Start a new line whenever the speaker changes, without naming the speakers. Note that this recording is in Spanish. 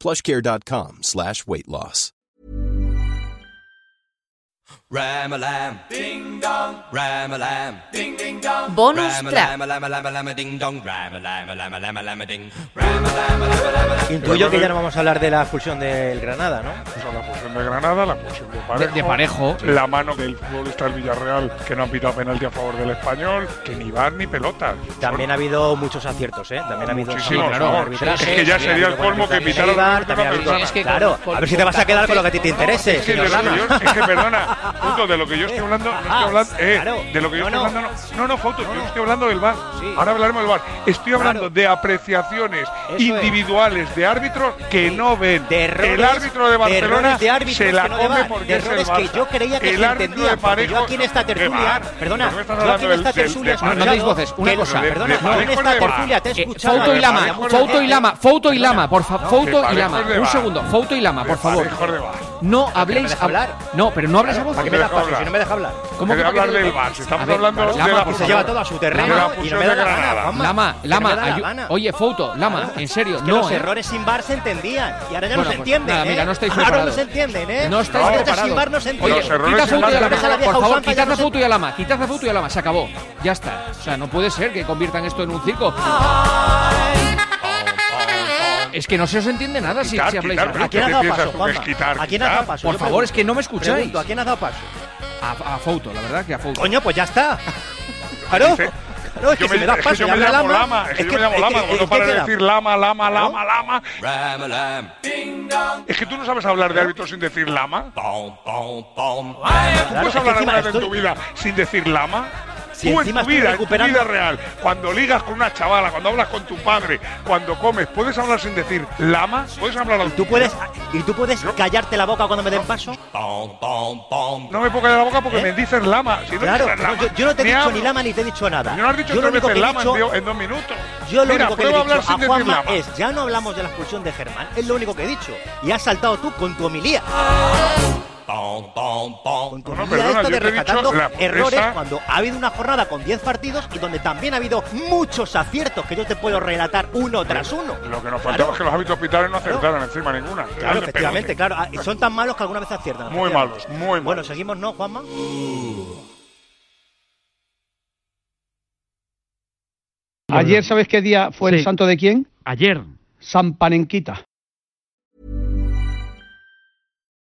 plushcare.com slash weight loss.
Ram-a-lam, ding dong, ram-a-lam, ding ding dong.
Bonus track.
Ram-a-lam-a-lam-a-lam-a-lam-a ding dong, ram-a-lam-a-lam-a-lam-a-lam-a-ding.
Intuyo que ya no vamos a hablar de la expulsión del Granada, ¿no?
O sea, la fusión de Granada, la fusión de
De,
Parejo,
de parejo.
la mano del futbolista del Villarreal que no ha pitado penalti a favor del español, que ni bar ni pelota.
También ha habido muchos aciertos, ¿eh? También ha habido
Muchísimo,
sí,
claro.
buen
Es que
también
ya
ha
sería el
habido buen
colmo que
arbitraje.
pitara
Eibar,
menos de
también
una
ha habido-
persona. Es
que con-
Claro,
con
a ver si te vas a quedar con lo que a ti te interese,
es, que
señor
de lo que
Lama. Ah,
yo- es que, perdona, Fouto, de lo que yo estoy hablando, no estoy hablando, eh,
Claro.
de lo que yo
No,
estoy
no.
hablando, no, no, no, Fouto,
No,
yo
no.
estoy hablando del bar.
Sí.
Ahora hablaremos del bar. Estoy hablando
Claro.
de apreciaciones
Eso es.
individuales de árbitros que no ven.
De errores-
el árbitro de
de
Barcelona
errores de árbitros
se
que
la
no de
come
VAR,
porque
de
es el
errores que
Barça.
yo creía que
el
se
árbitro
entendían,
de
porque yo
parejo,
aquí en esta
¿qué
tertulia-
VAR?
perdona,
Pero me estás
yo aquí en
hablando
esta
del- del-
tertulia
de
he escuchado-
No deis voces, una
Pero,
cosa.
de-
perdona,
de Parejo
en esta
es de VAR.
tertulia te he
Eh,
escuchado
Fouto y
Escucha,
Lama,
había mucha
Fouto y
gente-
Lama, Fouto y Lama, por
No,
favor, Fouto
que
y Lama,
parejos de
un
bar.
segundo, Fouto y Lama,
Que
por favor.
parejos de bar.
No
me
habléis
deja
a-
hablar.
No, pero no habléis a voz.
¿Para qué me das
Habla.
paso si no me dejas hablar?
¿Cómo que
para
hablar
qué
del
no-
VAR? Si estamos
A ver,
hablando
Lama,
de la
Pues se
fusión.
lleva todo a su terreno y
Lama,
no
fusión
me
de
da la gana,
Granada.
Juanma.
Lama,
Que no
Lama,
me da la
ayu-
gana.
oye, Fouto, Lama, en serio,
Es que
no,
los
eh.
errores sin bar se entendían y ahora ya
Bueno,
no se
pues
entienden,
nada,
¿eh?
mira, no estáis
Ahora no
preparados.
se entienden, ¿eh?
No estáis
Los errores
preparados.
sin bar no se
Oye,
entienden.
Los errores
quita a
sin
Fouto
bar
y a
no se
Lama,
entienden.
por favor,
Usanza ya
quitad
no
a
se-
Fouto y a Lama, quitad a Fouto y a Lama, se acabó. Ya está. O sea, no puede ser que conviertan esto en un circo. Es que no se os entiende nada si,
Quitar,
si habláis.
quitar,
a,
¿A quién has
¿Qué
dado
piensas
paso,
tú?
Juanma?
Es quitar,
¿A quién has dado paso?
quitar.
Por
Pues Yo
favor,
pregunto.
es que no me escucháis.
Pregunto, ¿A quién has dado paso?
a- a Fouto, la verdad que a Fouto.
Coño, pues ya está. Claro.
Dice-
Claro, es que
Yo
si
me,
me das
es que
paso
yo
y
me
habla
llamo
Lama,
Lama, es que yo me
es
llamo
que-
Lama,
es
cuando
que
para de
queda-
decir Lama, Lama,
Claro.
Lama, Lama.
Ram-a-lam, ding dong,
Es que tú no sabes hablar de árbitros sin decir Lama.
bom, bom, bom.
¿Tú
Claro, es
puedes
que
hablar
encima
alguna vez en tu
estoy-
vida sin decir Lama?
Si
tú en
encima
tu
estoy
vida, en tu
recuperando-
vida real, cuando ligas con una chavala, cuando hablas con tu padre, cuando comes, ¿puedes hablar sin decir Lama? ¿Puedes hablar a
¿Tú puedes, ¿Y tú puedes callarte la boca cuando me den paso?
Bom, bom, bom.
No me puedo callar la boca porque
¿Eh?
me dices Lama. Si no
Claro,
dices
no,
Lama,
yo, yo no te he
ni
dicho
hablo.
ni lama ni te he dicho nada.
Yo no has dicho
Yo lo
tres
único
veces
que he
Lama en
dicho-
dio- en dos minutos.
Yo lo
Mira,
único que le he dicho
prueba a hablar sin
a
decir
Juanma
Lama.
es, ya no hablamos de la expulsión de Germán, es lo único que he dicho. Y has saltado tú con tu homilía.
Bom, bom, bom.
Con tu
No, no,
homilía
perdona,
esta
yo
de
te he
rescatando
dicho la
errores
esa-
cuando ha habido una jornada con 10 partidos y donde también ha habido muchos aciertos que yo te puedo relatar uno tras uno.
Lo que nos faltaba
Claro.
es que los hábitos hospitales no
Claro.
acertaron encima ninguna. Eran
Claro,
de
efectivamente,
pegote.
claro. Ah, Son tan malos que alguna vez aciertan.
Muy
efectivamente.
malos, muy malos.
Bueno, seguimos, ¿no, Juanma?
Ayer, ¿sabes qué día fue el
Sí.
santo de quién?
Ayer.
San Panenquita.